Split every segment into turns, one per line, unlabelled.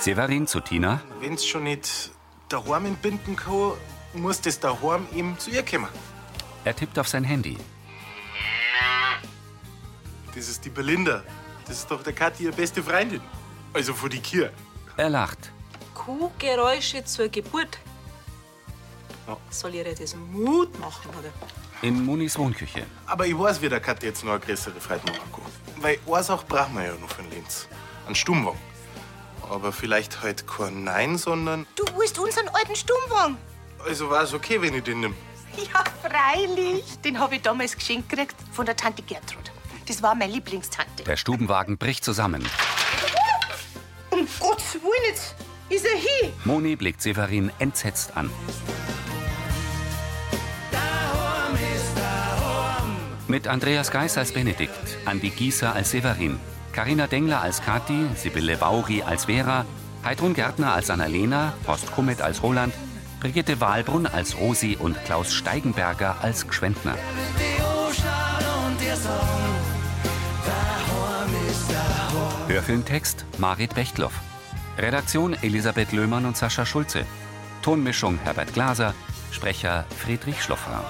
Severin zu Tina.
Wenn's schon nicht daheim entbinden kann, muss das daheim eben zu ihr kommen.
Er tippt auf sein Handy.
Das ist die Belinda. Das ist doch der Kathi ihre beste Freundin. Also von die Kier.
Er lacht.
Kuhgeräusche zur Geburt. Soll ihr das Mut machen, oder?
In Munis Wohnküche.
Aber ich weiß, wie der Kathi jetzt noch eine größere Freude machen kann. Weil eine auch brauchen wir ja noch von Lenz. Einen Stummwagen. Aber vielleicht halt kein Nein, sondern.
Du holst unseren alten Stummwagen.
Also war es okay, wenn ich den nimm.
Ja, freilich. Den habe ich damals geschenkt gekriegt von der Tante Gertrud. Das war meine Lieblingstante.
Der Stubenwagen bricht zusammen.
Um Gottes Willen, jetzt ist er hier.
Moni blickt Severin entsetzt an. Mit Andreas Geis als Benedikt, Andi Gieser als Severin, Karina Dengler als Kathi, Sibylle Bauri als Vera, Heidrun Gärtner als Annalena, Horst Kummet als Roland, Brigitte Wahlbrunn als Rosi und Klaus Steigenberger als Gschwendner. Hörfilmtext Marit Bechtloff. Redaktion Elisabeth Löhmann und Sascha Schulze. Tonmischung Herbert Glaser. Sprecher Friedrich Schloffer.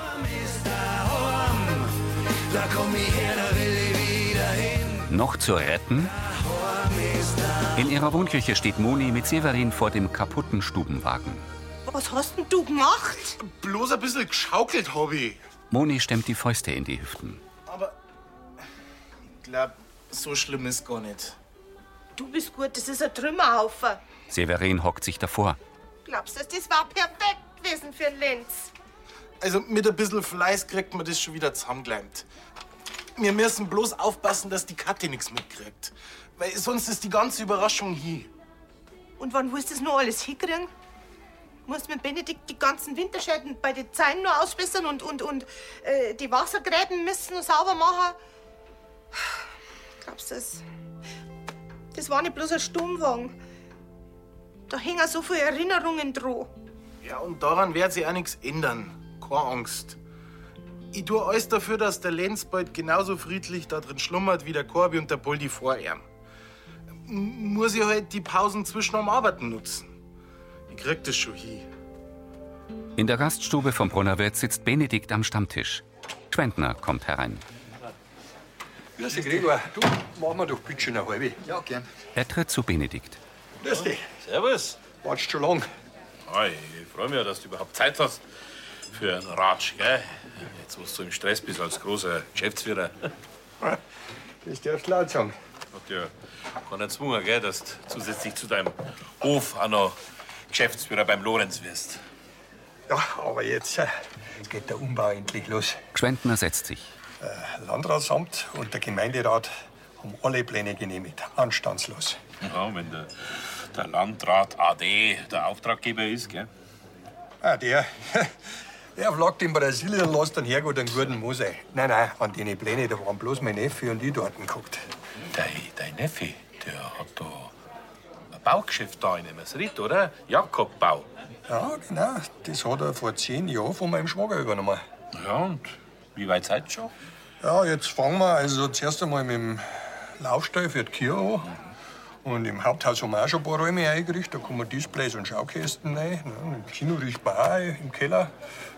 Da komm ich her, da will ich wieder hin.
Noch zu retten? In ihrer Wohnküche steht Moni mit Severin vor dem kaputten Stubenwagen.
Was hast denn du gemacht?
Bloß ein bisschen geschaukelt hab ich.
Moni stemmt die Fäuste in die Hüften.
Aber ich glaub, so schlimm ist gar nicht.
Du bist gut, das ist ein Trümmerhaufen.
Severin hockt sich davor.
Glaubst du, das war perfekt gewesen für den Lenz?
Also mit ein bisschen Fleiß kriegt man das schon wieder zusammengeleimt. Wir müssen bloß aufpassen, dass die Kathi nichts mitkriegt. Weil sonst ist die ganze Überraschung hier.
Und wann willst du das noch alles hinkriegen? Muss mit Benedikt die ganzen Winterschäden bei den Zeinen nur ausbessern und, und, und äh, die Wassergräben müssen noch sauber machen? Glaubst du das? Das war nicht bloß ein Stummwagen. Da hängen so viele Erinnerungen dran.
Ja, und daran wird sich auch nichts ändern. Keine Angst. Ich tue alles dafür, dass der Lenz bald genauso friedlich da drin schlummert wie der Korbi und der Poldi vor ihm. M- Muss ich halt die Pausen zwischen am Arbeiten nutzen. Ich krieg das schon hin.
In der Gaststube vom Brunnerwirt sitzt Benedikt am Stammtisch. Schwendner kommt herein.
Grüß dich, Gregor. Du, mach mir doch bitte schön eine halbe. Ja, gern.
Er tritt zu Benedikt.
Grüß dich.
Servus.
Wartest schon lang.
Hi, ich freue mich, ja, dass du überhaupt Zeit hast für einen Ratsch, gell? Jetzt, wo du im Stress bist als großer Geschäftsführer.
Das darfst du laut sagen.
Hat ja keiner gezwungen, gell, dass du zusätzlich zu deinem Hof auch noch Geschäftsführer beim Lorenz wirst.
Ja, aber jetzt, äh, jetzt geht der Umbau endlich los. Äh,
Schwendner setzt sich.
Landratsamt und der Gemeinderat haben alle Pläne genehmigt. Anstandslos.
Ja, und wenn der, der Landrat AD der Auftraggeber ist, gell?
Ah, der. Der flagt in Brasilien, lässt dann hergut einen guten Mose. Nein, nein, an den Pläne, da waren bloß mein Neffe und ich dort geguckt.
Dein, dein Neffe, der hat da ein Baugeschäft da in Emmersried, oder? Jakob Bau.
Ja, genau. Das hat er vor zehn Jahren von meinem Schwager übernommen.
Ja, und wie weit seid ihr schon?
Ja, jetzt fangen wir also zuerst einmal mit dem Laufstall für die Kirche an. Und im Haupthaus haben wir auch schon ein paar Räume eingerichtet. Da kommen Displays und Schaukästen rein. Ja, Im Kino riecht man auch ein, im Keller.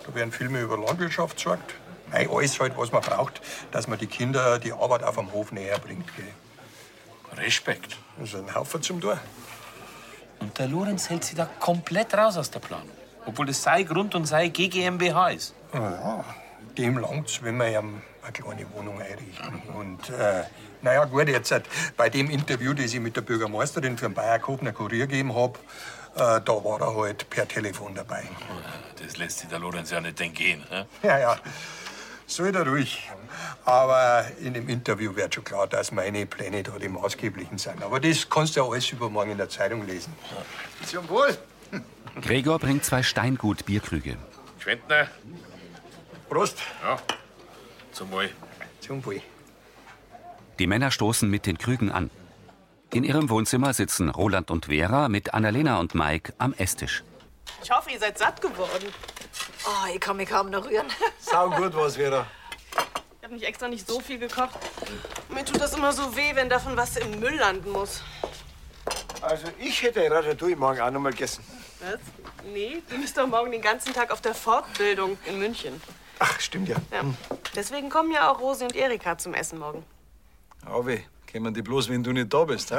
Da werden Filme über Landwirtschaft gezeigt. Nein, alles halt, was man braucht, dass man die Kinder die Arbeit auf dem Hof näher bringt. Gell.
Respekt.
Das ist ein Haufen zum Tor.
Und der Lorenz hält sie da komplett raus aus der Planung. Obwohl das sei Grund und sei GGMBH ist.
Ja, dem langt's, wenn wir ihm eine kleine Wohnung einrichten. Und, äh, naja, gut, jetzt halt, bei dem Interview, das ich mit der Bürgermeisterin für den Bayerkobner Kurier gegeben habe, äh, da war er halt per Telefon dabei.
Oh, Das lässt sich der Lorenz ja nicht entgehen. Ne?
Ja, ja, soll er ruhig. Aber in dem Interview wird schon klar, dass meine Pläne da die maßgeblichen sind. Aber das kannst du ja alles übermorgen in der Zeitung lesen.
Zum Wohl.
Gregor bringt zwei Steingut-Bierkrüge.
Schwendner,
Prost.
ja, zum Wohl.
Zum Wohl.
Die Männer stoßen mit den Krügen an. In ihrem Wohnzimmer sitzen Roland und Vera mit Annalena und Mike am Esstisch.
Ich hoffe, ihr seid satt geworden. Oh, ich kann mich kaum noch rühren.
Sau gut was, Vera.
Ich habe nicht extra nicht so viel gekocht. Mir tut das immer so weh, wenn davon was im Müll landen muss.
Äh,
Also ich hätte Ratatouille morgen auch noch mal gegessen.
Was? Nee, du bist doch morgen den ganzen Tag auf der Fortbildung in München.
Ach, stimmt ja. Hm.
Ja. Deswegen kommen ja auch Rosi und Erika zum Essen morgen.
Auwe, kämen die bloß, wenn du nicht da bist, hä?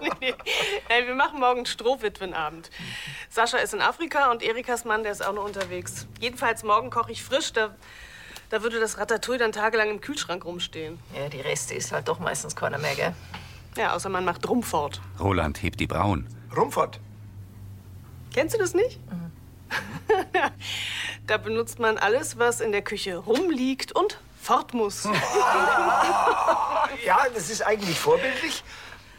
nee, nee. Nein, wir machen morgen Strohwitwenabend. Sascha ist in Afrika und Erikas Mann, der ist auch noch unterwegs. Jedenfalls morgen koche ich frisch, da, da würde das Ratatouille dann tagelang im Kühlschrank rumstehen.
Ja, die Reste ist halt doch meistens keiner mehr, gell?
Ja, außer man macht Rumfort.
Roland hebt die Brauen.
Rumfort?
Kennst du das nicht?
Mhm.
da benutzt man alles, was in der Küche rumliegt und fort muss.
Ja, das ist eigentlich vorbildlich,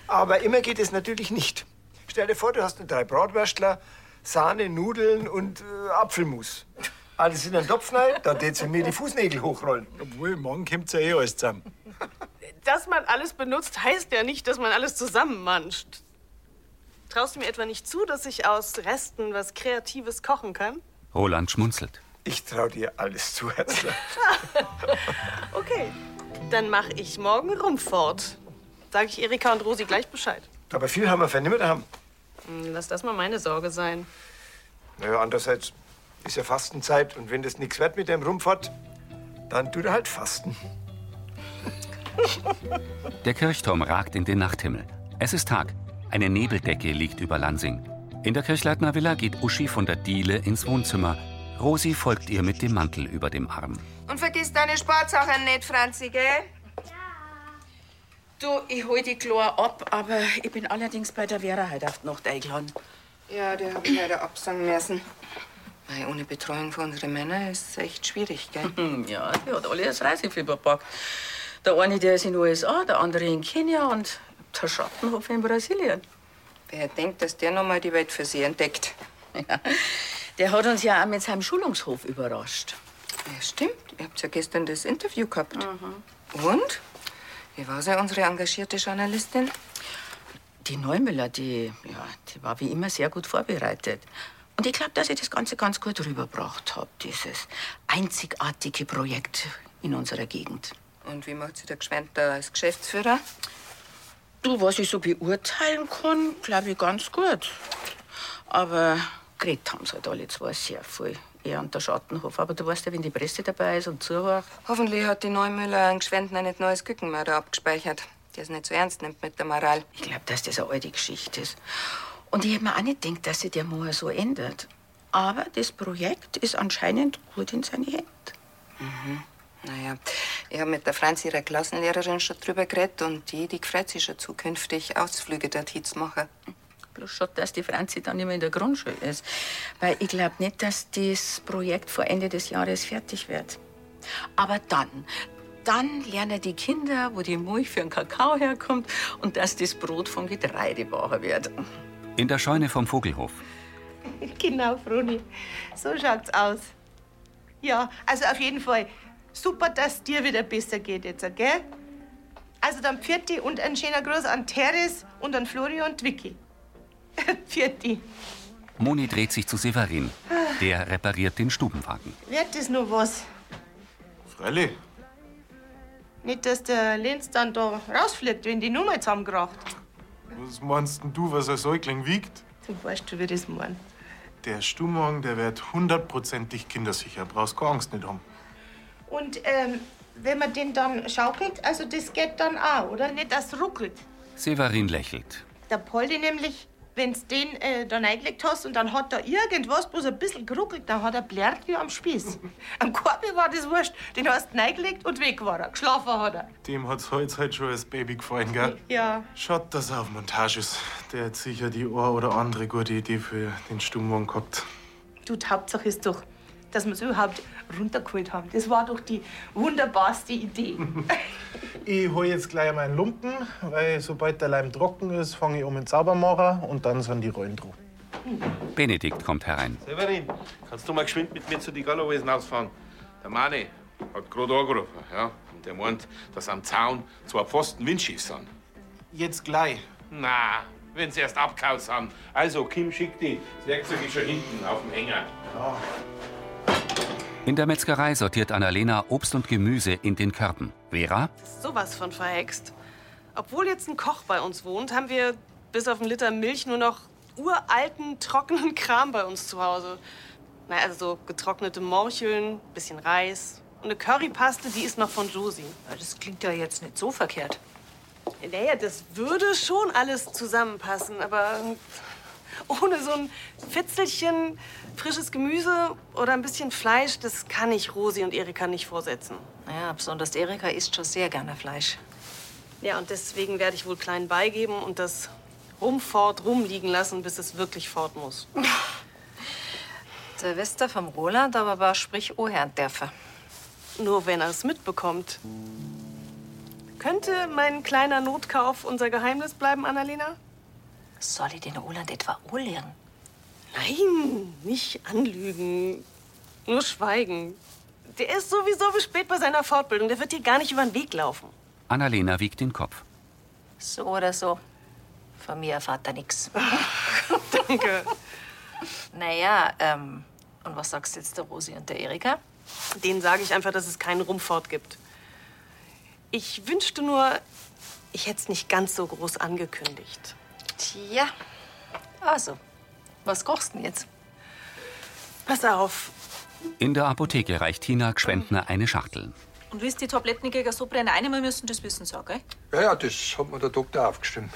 aber immer geht es natürlich nicht. Stell dir vor, du hast nur drei Bratwürstler, Sahne, Nudeln und äh, Apfelmus. Alles in einen Topf rein, da tät's mir die Fußnägel hochrollen. Obwohl, morgen kommt's ja eh alles zusammen.
dass man alles benutzt, heißt ja nicht, dass man alles zusammenmanscht. Traust du mir etwa nicht zu, dass ich aus Resten was Kreatives kochen kann?
Roland schmunzelt.
Ich trau dir alles zu, Herzler.
Okay, dann mache ich morgen Rumfort. Sag ich Erika und Rosi gleich Bescheid.
Aber viel haben wir vernimmert haben.
Hm, Lass das mal meine Sorge sein.
Naja, andererseits ist ja Fastenzeit und wenn das nichts wird mit dem Rumfort, dann tut er halt fasten.
Der Kirchturm ragt in den Nachthimmel. Es ist Tag. Eine Nebeldecke liegt über Lansing. In der Kirchleitner Villa geht Uschi von der Diele ins Wohnzimmer. Rosi folgt ihr mit dem Mantel über dem Arm.
Und vergiss deine Sportsachen nicht, Franzi, gell?
Du, ich hol die Chlor ab, aber ich bin allerdings bei der Vera heute auf die Nacht eingeladen.
Ja, der hab ich leider absagen müssen. Weil ohne Betreuung von unseren Männern ist es echt schwierig, gell?
Hm, Ja, die hat alle das Reisefieber gepackt. Der eine, der ist in den USA, der andere in Kenia und der Schattenhof in Brasilien.
Wer denkt, dass der nochmal die Welt für sie entdeckt?
Ja, der hat uns ja auch mit seinem Schulungshof überrascht.
Ja, stimmt. Ihr habt ja gestern das Interview gehabt.
Mhm.
Und? Wie war sie, unsere engagierte Journalistin?
Die Neumüller, die, ja, die war wie immer sehr gut vorbereitet. Und ich glaube, dass ich das Ganze ganz gut rüberbracht habe, dieses einzigartige Projekt in unserer Gegend.
Und wie macht sie der Geschwendter als Geschäftsführer?
Du, was ich so beurteilen kann, glaube ich ganz gut. Aber geredet haben sie halt alle zwei sehr viel. Er und der Schattenhof. Aber du weißt ja, wenn die Presse dabei ist und zuhört.
Hoffentlich hat die Neumüller einen Geschwendner nicht neues Gückenmörder abgespeichert. Der es nicht so ernst nimmt mit der Moral.
Ich glaube, dass das eine alte Geschichte ist. Und ich hätte mir auch nicht gedacht, dass sich der Moa so ändert. Aber das Projekt ist anscheinend gut in seine Hände.
Naja, ich habe mit der Franzi, ihrer Klassenlehrerin, schon drüber geredet und die, die freut sich schon zukünftig Ausflüge dorthin zu machen.
Bloß schade, dass die Franzi dann immer in der Grundschule ist. Weil ich glaube nicht, dass das Projekt vor Ende des Jahres fertig wird. Aber dann, dann lernen die Kinder, wo die Milch für den Kakao herkommt und dass das Brot vom Getreide wahr wird.
In der Scheune vom Vogelhof.
Genau, Froni. So schaut's aus. Ja, also auf jeden Fall. Super, dass dir wieder besser geht jetzt, gell? Also dann Pfirti und ein schöner Gruß an Teres und an Florian und Vicky. Pfirti.
Moni dreht sich zu Severin. Der repariert den Stubenwagen.
Wird das nur was?
Freilich.
Nicht, dass der Lenz dann da rausfliegt, wenn die Nummer zusammenkracht.
Was meinst denn du, was ein Säugling wiegt?
Du weißt schon, wie das meint.
Der Stuhlmagen, der wird hundertprozentig kindersicher. Brauchst keine Angst nicht haben.
Und ähm, wenn man den dann schaukelt, also das geht dann auch, oder? Nicht, dass es ruckelt.
Severin lächelt.
Der Poldi nämlich, wenn's den äh, dann eingelegt hast und dann hat da irgendwas bloß ein bisschen geruckelt, dann hat er blärt wie am Spieß. am Korbi war das wurscht. Den hast du eingelegt und weg war er. Geschlafen hat er.
Dem hat's heute halt schon als Baby gefallen, gell?
Ja.
Schaut, dass er auf Montage ist. Der hat sicher die ein oder andere gute Idee für den Stummwagen gehabt.
Du, die Hauptsache ist doch, dass wir es überhaupt runtergeholt haben. Das war doch die wunderbarste Idee.
Ich hol jetzt gleich meinen Lumpen, weil sobald der Leim trocken ist, fange ich um den Zaubermacher und dann sind die Rollen drauf.
Benedikt kommt herein.
Severin, kannst du mal geschwind mit mir zu den Gallowaysen ausfahren? Der Mane hat gerade angerufen, ja? Und der meint, dass am Zaun zwei Pfosten windschieß sind.
Jetzt gleich.
Na, wenn's erst abgehauen sind. Also, Kim schickt die. Das Werkzeug ist schon hinten auf dem Hänger.
In der Metzgerei sortiert Annalena Obst und Gemüse in den Körben. Vera?
Sowas von verhext. Obwohl jetzt ein Koch bei uns wohnt, haben wir bis auf einen Liter Milch nur noch uralten, trockenen Kram bei uns zu Hause. Na, also so getrocknete Morcheln, bisschen Reis und eine Currypaste, die ist noch von Josie. Das klingt ja jetzt nicht so verkehrt. Naja, das würde schon alles zusammenpassen, aber ohne so ein Fitzelchen frisches Gemüse oder ein bisschen Fleisch, das kann ich Rosi und Erika nicht vorsetzen.
Ja, besonders Erika isst schon sehr gerne Fleisch.
Ja, und deswegen werde ich wohl klein beigeben und das rumfort rumliegen lassen, bis es wirklich fort muss.
Der Wester vom Roland aber war sprich oh Oherrn dürfen.
Nur wenn er es mitbekommt. Könnte mein kleiner Notkauf unser Geheimnis bleiben, Annalena?
Soll ich den Roland etwa anlegen?
Nein, nicht anlügen. Nur schweigen. Der ist sowieso bis spät bei seiner Fortbildung. Der wird dir gar nicht über den Weg laufen.
Annalena wiegt den Kopf.
So oder so. Von mir erfahrt er nix.
Danke.
Naja, ähm, und was sagst jetzt der Rosi und der Erika?
Denen sage ich einfach, dass es keinen Rumfort gibt. Ich wünschte nur, ich hätte es nicht ganz so groß angekündigt.
Tja, also, was kochst du denn jetzt?
Pass auf.
In der Apotheke reicht Tina Gschwendner eine Schachtel.
Und wie es die Tabletten gegen Sopra einnehmen müssen, das wissen Sie auch, gell?
Ja, ja, das hat mir der Doktor aufgestimmt.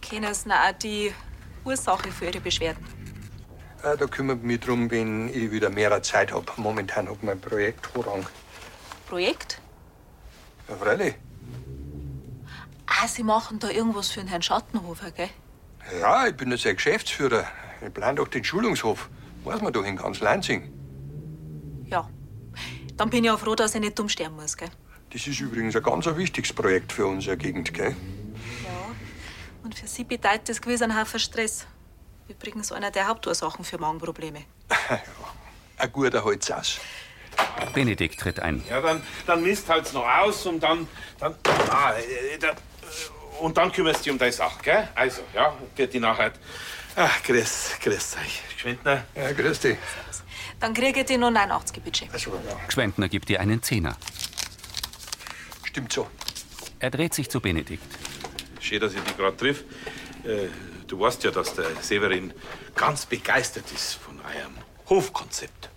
Kennen Sie auch die Ursache für Ihre Beschwerden?
Äh, da kümmert mich drum, wenn ich wieder mehr Zeit habe. Momentan hat mein Projekt Vorrang.
Projekt?
Ja, freilich.
Ah, Sie machen da irgendwas für den Herrn Schattenhofer, gell?
Ja, ich bin jetzt ein Geschäftsführer. Ich plane doch den Schulungshof. Weiß man doch in ganz Lansing.
Ja. Dann bin ich auch froh, dass ich nicht dumm sterben muss, gell?
Das ist übrigens ein ganz ein wichtiges Projekt für unsere Gegend, gell?
Ja. Und für Sie bedeutet das gewiss einen Haufen Stress. Übrigens einer der Hauptursachen für Magenprobleme.
Ein guter Holzhaus.
Benedikt tritt ein.
Ja, dann, dann misst halt's noch aus und dann. dann ah, äh, da, äh, und dann kümmerst du dich um deine Sache, gell? Also, ja, geht die Nachheit. Ach, grüß, grüß euch. ne? Geschwindner.
Ja, grüß dich.
Dann kriege ich die nur 89 Budget.
Gschwendner gibt ihr einen Zehner.
Stimmt so.
Er dreht sich zu Benedikt.
Schön, dass ich dich gerade triff. Äh, Du weißt ja, dass der Severin ganz begeistert ist von eurem Hofkonzept.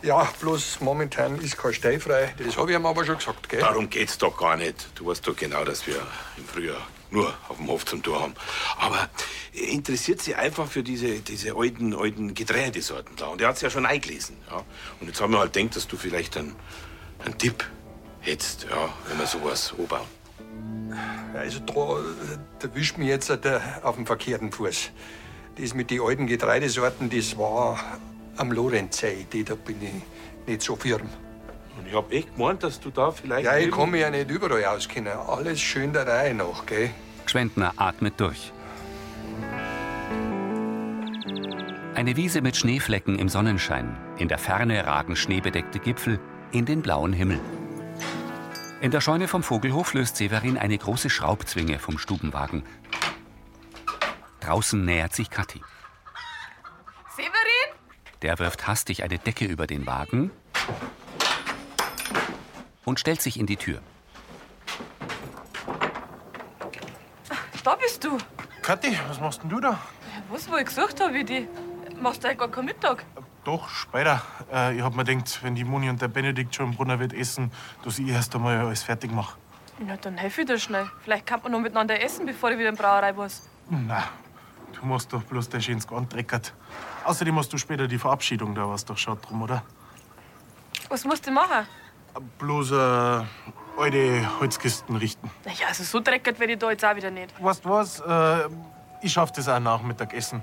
Ja, bloß momentan ist kein Stein frei. Das habe ich ihm aber schon gesagt, gell?
Darum geht's doch gar nicht. Du weißt doch genau, dass wir im Frühjahr nur auf dem Hof zum Tor haben. Aber interessiert sie einfach für diese, diese alten, alten Getreidesorten da. Und er hat's ja schon eingelesen. Ja? Und jetzt haben wir halt gedacht, dass du vielleicht einen, einen Tipp hättest, ja, wenn wir sowas anbauen.
Also da, da wischt mich jetzt der auf dem verkehrten Fuß. Das mit den alten Getreidesorten, das war am Lorenzei. Die, da bin ich nicht so firm.
Und ich hab echt gemeint, dass du da vielleicht.
Ja, ich
eben-
kann mich ja nicht überall auskennen. Alles schön der Reihe nach, gell?
Gschwendner atmet durch. Eine Wiese mit Schneeflecken im Sonnenschein. In der Ferne ragen schneebedeckte Gipfel in den blauen Himmel. In der Scheune vom Vogelhof löst Severin eine große Schraubzwinge vom Stubenwagen. Draußen nähert sich Kathi.
Severin?
Der wirft hastig eine Decke über den Wagen und stellt sich in die Tür.
Da bist du.
Kathi, was machst denn du da?
Was, wo ich gesucht habe, ich dich? Machst du eigentlich gar keinen Mittag?
Doch, später. Äh, ich hab mir gedacht, wenn die Moni und der Benedikt schon im Brunnerwirt essen, dass ich erst einmal alles fertig mache.
Na, dann helfe ich dir schnell. Vielleicht kann man noch miteinander essen, bevor du wieder in die Brauerei muss.
Na, du machst doch bloß dein schönes Gantreckert. Außerdem hast du später die Verabschiedung, da warst doch schade drum, oder?
Was musst du machen?
Bloß äh, alte Holzkisten richten.
Naja, also so dreckert werde ich da jetzt auch wieder nicht.
Weißt du was? Äh, ich schaff das auch nach Mittagessen.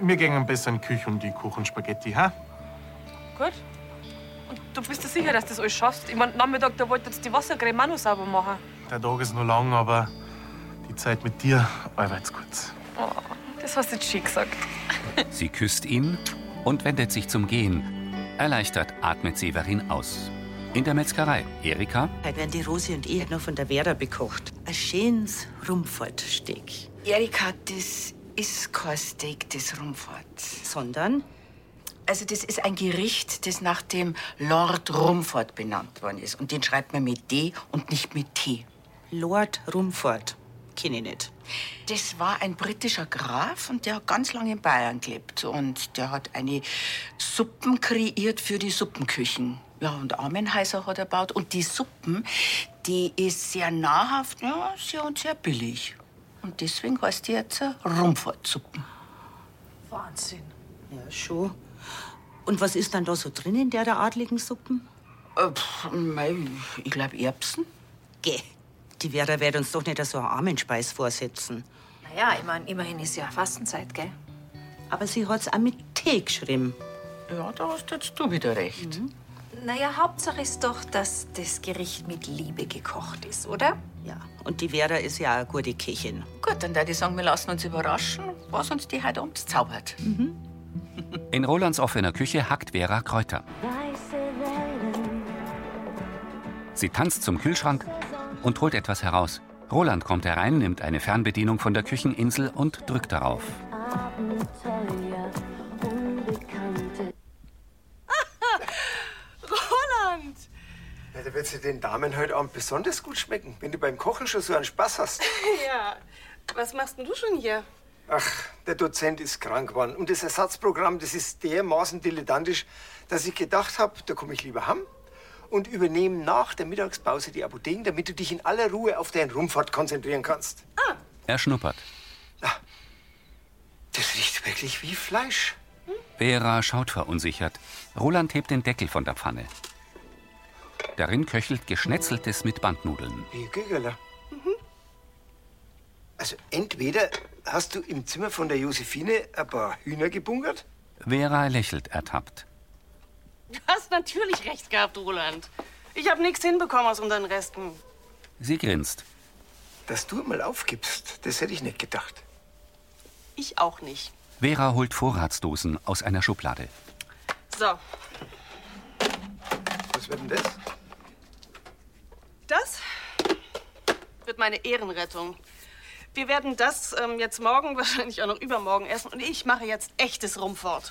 Wir gehen besser in die Küche und die kochen Spaghetti, ha?
Gut. Und du bist dir sicher, dass du das alles schaffst? Ich mein, Nachmittag, da wollt ihr jetzt die Wassergräben auch noch sauber machen.
Der Tag ist noch lang, aber die Zeit mit dir arbeits kurz.
Oh, das hast du jetzt schön gesagt.
Sie küsst ihn und wendet sich zum Gehen. Erleichtert atmet Severin aus. In der Metzgerei. Erika?
Heute werden die Rosi und ich noch von der Vera bekocht. Ein schönes Rumfortsteak.
Erika, das ist kein Steak, das rumfort.
Sondern?
Also, das ist ein Gericht, das nach dem Lord Rumford benannt worden ist. Und den schreibt man mit D und nicht mit T.
Lord Rumford. kenne ich nicht.
Das war ein britischer Graf und der hat ganz lange in Bayern gelebt. Und der hat eine Suppen kreiert für die Suppenküchen. Ja, und Armenhäuser hat er gebaut. Und die Suppen, die ist sehr nahrhaft ja, sehr und sehr billig. Und deswegen heißt die jetzt Rumfortsuppen.
Wahnsinn.
Ja, schon. Und was ist dann da so drin in der, der adligen Suppen?
Äh, ich glaube Erbsen.
Geh. Die Vera wird uns doch nicht so eine Armenspeis vorsetzen.
Naja, ich mein, immerhin ist ja Fastenzeit, gell?
Aber sie hat's auch mit Tee geschrieben. Mhm.
Ja, da hast jetzt du wieder recht.
Naja, Hauptsache ist doch, dass das Gericht mit Liebe gekocht ist, oder?
Ja. Und die Vera ist ja eine gute Köchin.
Gut, dann würde ich sagen, wir lassen uns überraschen, was uns die heute Abend zaubert.
Mhm.
In Rolands offener Küche hackt Vera Kräuter. Sie tanzt zum Kühlschrank und holt etwas heraus. Roland kommt herein, nimmt eine Fernbedienung von der Kücheninsel und drückt darauf.
Abenteuer, Unbekannte.
Roland! Ja, da wird sie den Damen heute Abend besonders gut schmecken, wenn du beim Kochen schon so einen Spaß hast.
Ja. Was machst denn du schon hier?
Ach, der Dozent ist krank geworden. Und das Ersatzprogramm, das ist dermaßen dilettantisch, dass ich gedacht habe, da komme ich lieber heim und übernehme nach der Mittagspause die Apotheken, damit du dich in aller Ruhe auf deinen Rumfahrt konzentrieren kannst.
Er schnuppert.
Das riecht wirklich wie Fleisch.
Vera schaut verunsichert. Roland hebt den Deckel von der Pfanne. Darin köchelt Geschnetzeltes mit Bandnudeln.
Wie Gügela.
Mhm.
Also entweder hast du im Zimmer von der Josephine ein paar Hühner gebungert
Vera lächelt ertappt.
Du hast natürlich recht gehabt, Roland. Ich habe nichts hinbekommen aus unseren Resten.
Sie grinst.
Dass du mal aufgibst, das hätte ich nicht gedacht.
Ich auch nicht.
Vera holt Vorratsdosen aus einer Schublade.
So,
Was wird denn das?
das wird meine Ehrenrettung. Wir werden das ähm, jetzt morgen, wahrscheinlich auch noch übermorgen essen. Und ich mache jetzt echtes Rumfort.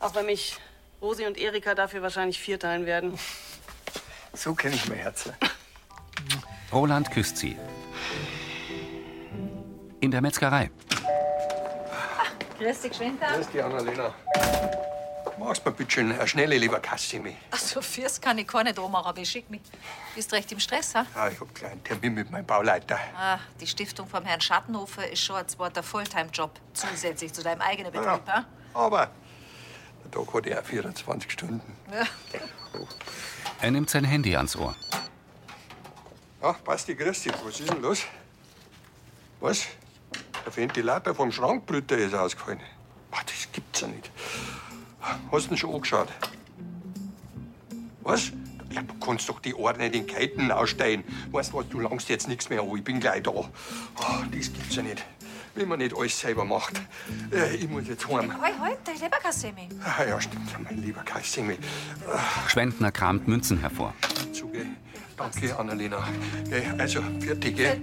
Auch wenn mich Rosi und Erika dafür wahrscheinlich vierteilen werden.
So kenne ich mein Herz.
Roland küsst sie. In der Metzgerei.
Grüß dich, Schwinter.
ist die Annalena. Machst mir bitte eine schnelle Leberkassimi.
Also, fürs kann ich gar nicht anmachen, aber ich schick mich. Bist recht im Stress, ha?
Ah, ich hab gleich einen Termin mit meinem Bauleiter.
Ah, die Stiftung vom Herrn Schattenhofer ist schon ein zweiter Fulltime-Job. Zusätzlich zu deinem eigenen
Ja.
Betrieb, ha?
Aber der Tag hat ja 24 Stunden.
Ja.
Er nimmt sein Handy ans Ohr.
Ach, Basti, grüß dich. Was ist denn los? Was? Der Ventilator vom Schrankbrüter ist ausgefallen. Ach, das gibt's ja nicht. Hast du ihn schon angeschaut? Was? Ja, du kannst doch die Ohren nicht in Keiten aussteigen. Weißt was, du langst jetzt nichts mehr an. Ich bin gleich da. Ach, das gibt's ja nicht. Wenn man nicht alles selber macht. Äh, ich muss jetzt heim.
Hoi, hoi, der Leberkassemi.
Ah, ja, stimmt, ja, mein lieber Kassimi.
Schwendner kramt Münzen hervor.
Zuge. Danke, Annalena. Gell, Also, fertig, gell?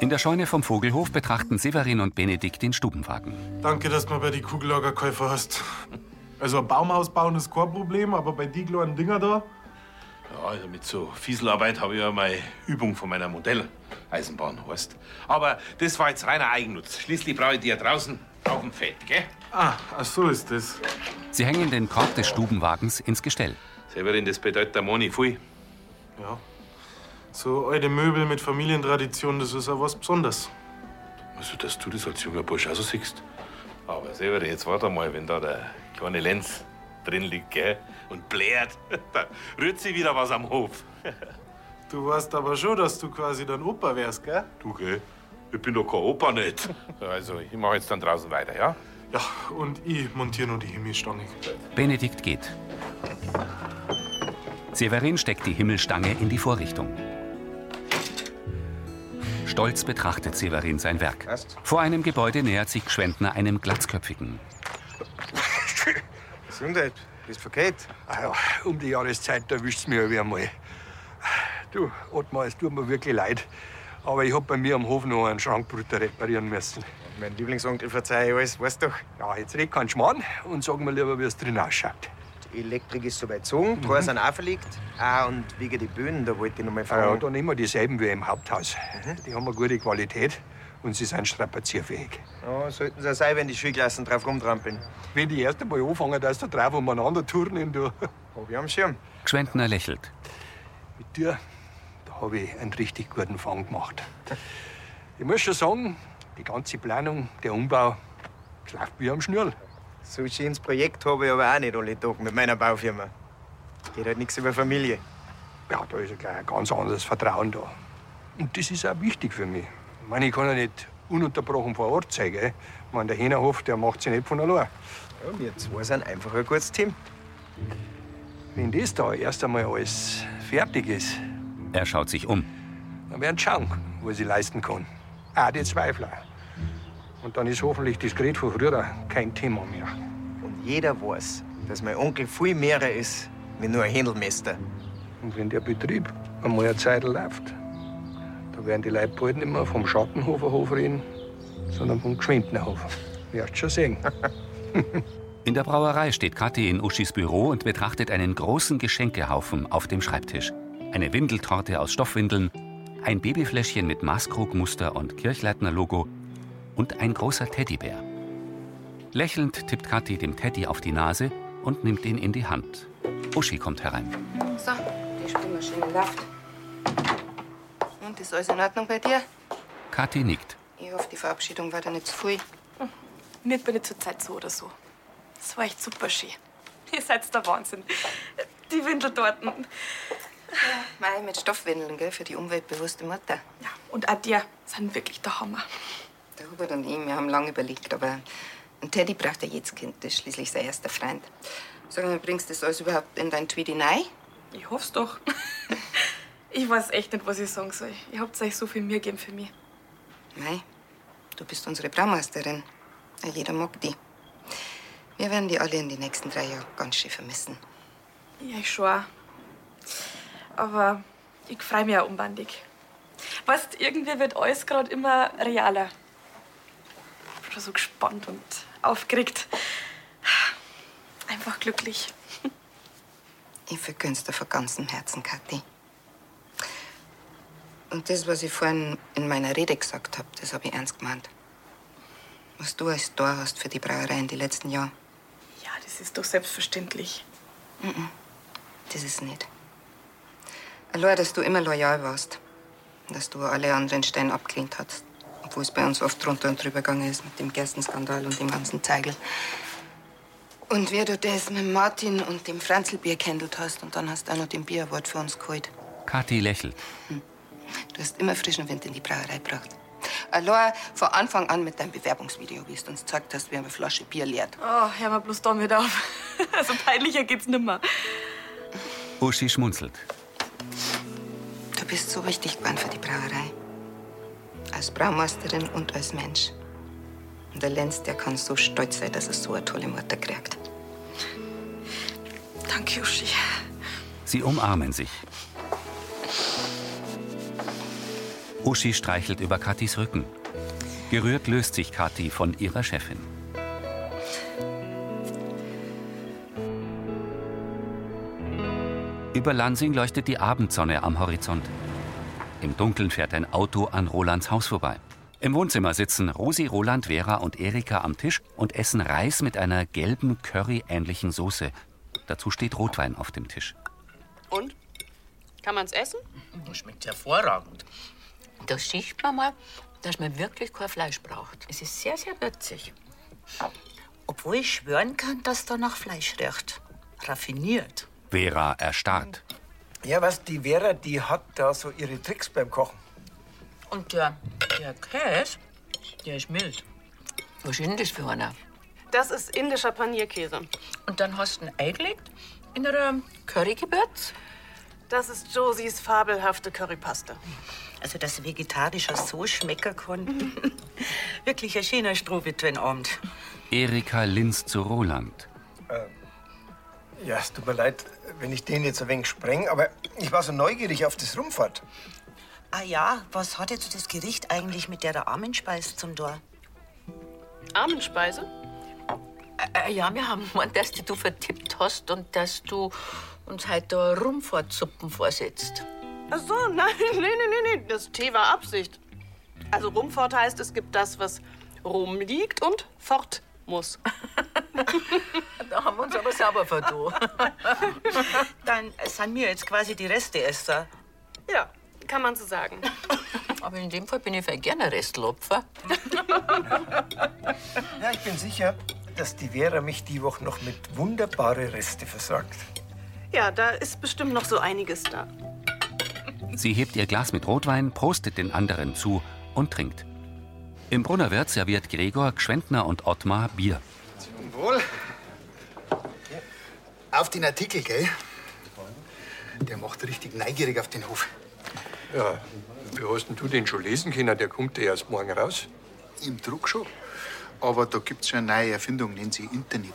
In der Scheune vom Vogelhof betrachten Severin und Benedikt den Stubenwagen.
Danke, dass du mir bei die Kugellager geholfen hast. Also, ein Baum ausbauen ist kein Problem, aber bei die kleinen Dinger da.
Ja, also mit so Fieselarbeit habe ich ja meine Übung von meiner Modelleisenbahn, heißt. Aber das war jetzt reiner Eigennutz. Schließlich brauche ich die ja draußen auf dem Feld, gell?
Ah, ach so ist das.
Sie hängen den Korb des Stubenwagens ins Gestell.
Severin, das bedeutet der Moni viel.
Ja. So alte Möbel mit Familientradition, das ist ja was Besonderes.
Also, dass du das als junger Bursch auch so siehst. Aber Severin, jetzt warte mal, wenn da der kleine Lenz drin liegt, gell? Und blärt, da rührt sich wieder was am Hof.
Du weißt aber schon, dass du quasi dein Opa wärst, gell?
Du, gell? Ich bin doch kein Opa nicht. Also, ich mache jetzt dann draußen weiter, ja?
Ja, und ich montiere nur die Himmelsstange.
Benedikt geht. Severin steckt die Himmelstange in die Vorrichtung. Stolz betrachtet Severin sein Werk. Vor einem Gebäude nähert sich Schwendner einem Glatzköpfigen.
Gesundheit, bist verkehrt. Ah ja, um die Jahreszeit erwischt's mich ja einmal. Du, Ottmar, es tut mir wirklich leid. Aber ich hab bei mir am Hof noch einen Schrankbrüter reparieren müssen. Mein Lieblingsonkel verzeiht alles, weißt doch. Ja, jetzt red keinen Schmarrn und sag mir lieber, wie es drin ausschaut.
Elektrik ist soweit
Mhm.
gezogen, Tore sind auch verlegt. Ah, und wegen den Böden, da wollte ich noch mal
Ja, Mhm.
fragen.
und dann immer dieselben wie im Haupthaus. Die haben eine gute Qualität und sie sind strapazierfähig.
Ja, sollten sie auch sein, wenn die Schulklassen drauf rumtrampeln.
Wenn die erste Mal anfangen, dass da drauf umeinander turnen, du.
Hab ich am Schirm.
Gschwendner lächelt.
Mit dir, da habe ich einen richtig guten Fang gemacht. Ich muss schon sagen, die ganze Planung, der Umbau, das läuft wie am Schnürl.
So ein schönes Projekt habe ich aber auch nicht alle Tage mit meiner Baufirma. Geht halt nichts über Familie.
Ja, da ist ja gleich ein ganz anderes Vertrauen da. Und das ist auch wichtig für mich. Ich meine, ich kann ja nicht ununterbrochen vor Ort sein, gell? Ich meine, der Hähnerhof, der macht sich nicht von allein.
Ja, wir zwei sind einfach ein gutes Team.
Wenn das da erst einmal alles fertig ist,
Er schaut sich um.
dann werden sie schauen, was ich leisten kann. Auch die Zweifler. Und dann ist hoffentlich das Gerät von früher kein Thema mehr.
Und jeder weiß, dass mein Onkel viel mehrer ist wie nur ein Händelmeister.
Und wenn der Betrieb einmal eine Zeit läuft, da werden die Leute bald nicht mehr vom Schattenhoferhof reden, sondern vom Geschwindnerhof. Wirst schon sehen.
In der Brauerei steht Kathi in Uschis Büro und betrachtet einen großen Geschenkehaufen auf dem Schreibtisch. Eine Windeltorte aus Stoffwindeln, ein Babyfläschchen mit Maßkrugmuster und Kirchleitner-Logo und ein großer Teddybär. Lächelnd tippt Kathi dem Teddy auf die Nase und nimmt ihn in die Hand. Uschi kommt herein.
So, die Spülmaschine läuft. Und ist alles in Ordnung bei dir?
Kathi nickt.
Ich hoffe, die Verabschiedung war dir nicht zu viel.
Mir bin ich zurzeit so oder so. Es war echt super schön. Ihr seid der Wahnsinn. Die Windeltorten.
Mei, mit Stoffwindeln, gell, für die umweltbewusste Mutter.
Und auch die sind wirklich der Hammer.
Der Hubert und ich, eh, wir haben lange überlegt, aber ein Teddy braucht er jetzt Kind. Das ist schließlich sein erster Freund. Sag mal, bringst du das alles überhaupt in dein Tweedy rein?
Ich hoff's doch. Ich weiß echt nicht, was ich sagen soll. Ihr habt euch so viel Mühe gegeben für mich.
Nein, du bist unsere Braumeisterin. Ja, Jeder mag die. Wir werden die alle in den nächsten drei Jahren ganz schön vermissen.
Ja, ich schon auch. Aber ich freu mich auch unbandig. Weißt, irgendwie wird alles gerade immer realer. Ich bin schon so gespannt und aufgeregt. Einfach glücklich.
Ich vergönn's dir von ganzem Herzen, Kathi. Und das, was ich vorhin in meiner Rede gesagt habe, das habe ich ernst gemeint. Was du als Tor hast für die Brauerei in den letzten Jahren,
Ja, das ist doch selbstverständlich.
mhm, das ist nicht. Allein, dass du immer loyal warst. und Dass du alle anderen Steine abgelehnt hast. Obwohl es bei uns oft drunter und drüber gegangen ist mit dem Gerstenskandal und dem ganzen Zeigel. Und wie du das mit Martin und dem Franzelbier gehandelt hast und dann hast du auch noch den Bierwort für uns geholt.
Kathi lächelt.
Du hast immer frischen Wind in die Brauerei gebracht. Aloha, von Anfang an mit deinem Bewerbungsvideo, wie du uns gezeigt hast, wie eine Flasche Bier leert.
Oh, hör mal bloß damit auf. Also peinlicher geht's nimmer.
Uschi schmunzelt.
Du bist so wichtig geworden für die Brauerei. Als Braumeisterin und als Mensch. Und der Lenz, der kann so stolz sein, dass er so eine tolle Mutter kriegt.
Danke, Uschi.
Sie umarmen sich. Uschi streichelt über Kathis Rücken. Gerührt löst sich Kathi von ihrer Chefin. Über Lansing leuchtet die Abendsonne am Horizont. Im Dunkeln fährt ein Auto an Rolands Haus vorbei. Im Wohnzimmer sitzen Rosi, Roland, Vera und Erika am Tisch und essen Reis mit einer gelben Curry-ähnlichen Soße. Dazu steht Rotwein auf dem Tisch.
Und? Kann man's essen?
Mhm, Schmeckt hervorragend. Da sieht man mal, dass man wirklich kein Fleisch braucht. Es ist sehr, sehr würzig. Obwohl ich schwören kann, dass da nach Fleisch riecht. Raffiniert.
Vera erstarrt.
Ja, was, die Vera, die hat da so ihre Tricks beim Kochen.
Und der, der Käse, der ist mild. Was ist denn das für einer?
Das ist indischer Panierkäse.
Und dann hast du ein Ei gelegt in einer Currygewürz.
Das ist Josies fabelhafte Currypaste.
Also
das
Vegetarischer
so schmecker kann.
Mhm. Wirklich ein schöner Strohwitwen Abend.
Erika linst zu Roland.
Ja, es tut mir leid, wenn ich den jetzt ein wenig spreng, aber ich war so neugierig auf das Rumfahrt.
Ah ja, was hat jetzt das Gericht eigentlich mit der Armenspeise zum Tor?
Armenspeise?
Äh, ja, wir haben gemeint, dass die du vertippt hast und dass du uns heute da Rumfortsuppen vorsetzt.
Ach so, nein, nee, nee, nee, nee. Das T war Absicht. Also Rumfort heißt, es gibt das, was rumliegt und fort muss.
Da haben wir uns aber sauber vertan.
Dann sind wir jetzt quasi die Resteesser.
Ja, kann man so sagen.
Aber in dem Fall bin ich voll gerne Restlopfer.
Ja, ich bin sicher, dass die Vera mich die Woche noch mit wunderbare Reste versorgt.
Ja, da ist bestimmt noch so einiges da.
Sie hebt ihr Glas mit Rotwein, prostet den anderen zu und trinkt. Im Brunnerwirt serviert Gregor, Gschwendner und Ottmar Bier.
Zum Wohl. Auf den Artikel, gell? Der macht richtig neugierig auf den Hof.
Ja, wie hast denn du den schon lesen können? Der kommt ja erst morgen raus.
Im Druck schon. Aber da gibt's schon eine neue Erfindung, nennt sie Internet.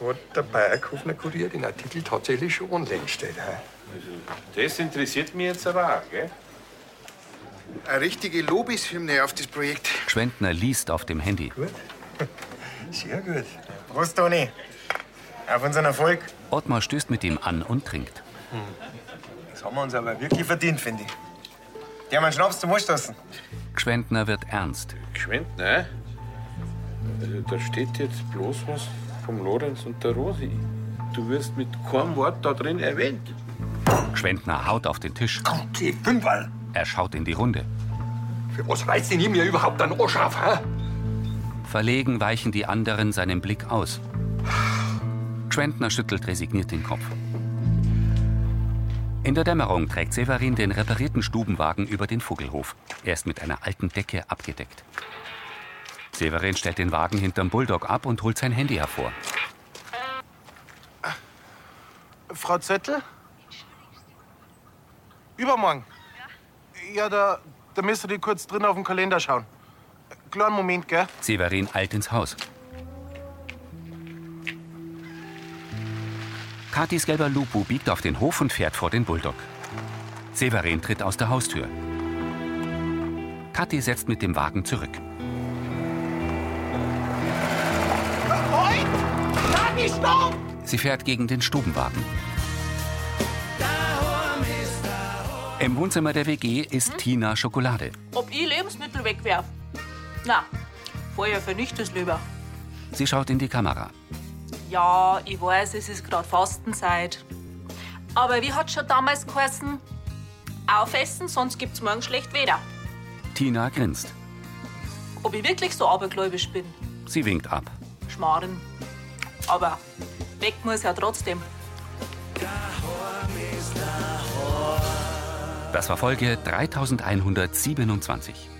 Hat der Bayerkofner Kurier den Artikel tatsächlich schon online gestellt? hä?
Also, Das interessiert mich jetzt aber auch, gell?
Eine richtige Lobeshymne auf das Projekt.
Gschwendner liest auf dem Handy.
Sehr gut. Prost, Toni. Auf unseren Erfolg.
Ottmar stößt mit ihm an und trinkt.
Das haben wir uns aber wirklich verdient, finde ich. Die haben einen Schnaps zum Ausstoßen.
Gschwendner wird ernst.
Geschwind, ne? Also, da steht jetzt bloß was vom Lorenz und der Rosi. Du wirst mit keinem Wort da drin erwähnt.
Gschwendner haut auf den Tisch.
Die Fünferl.
Er schaut in die Runde.
Für was reißt denn ihr mir überhaupt einen Arsch auf, hä?
Verlegen weichen die anderen seinem Blick aus. Gschwendner schüttelt resigniert den Kopf. In der Dämmerung trägt Severin den reparierten Stubenwagen über den Vogelhof. Er ist mit einer alten Decke abgedeckt. Severin stellt den Wagen hinterm Bulldog ab und holt sein Handy hervor.
Frau Zettel? Übermorgen. Ja, da, da müsst ihr die kurz drin auf den Kalender schauen. Kleinen Moment, gell?
Severin eilt ins Haus. Katis gelber Lupu biegt auf den Hof und fährt vor den Bulldog. Severin tritt aus der Haustür. Kathi setzt mit dem Wagen zurück.
Halt! Kati, stopp!
Sie fährt gegen den Stubenwagen. Im Wohnzimmer der WG isst Tina Schokolade.
Ob ich Lebensmittel wegwerf? Na, vorher vernicht es lieber.
Sie schaut in die Kamera.
Ja, ich weiß, es ist gerade Fastenzeit. Aber wie hat schon damals geheißen? Aufessen, sonst gibt's morgen schlecht Wetter.
Tina grinst.
Ob ich wirklich so abergläubisch bin?
Sie winkt ab.
Schmarren. Aber weg muss ja trotzdem.
Das war Folge 3127.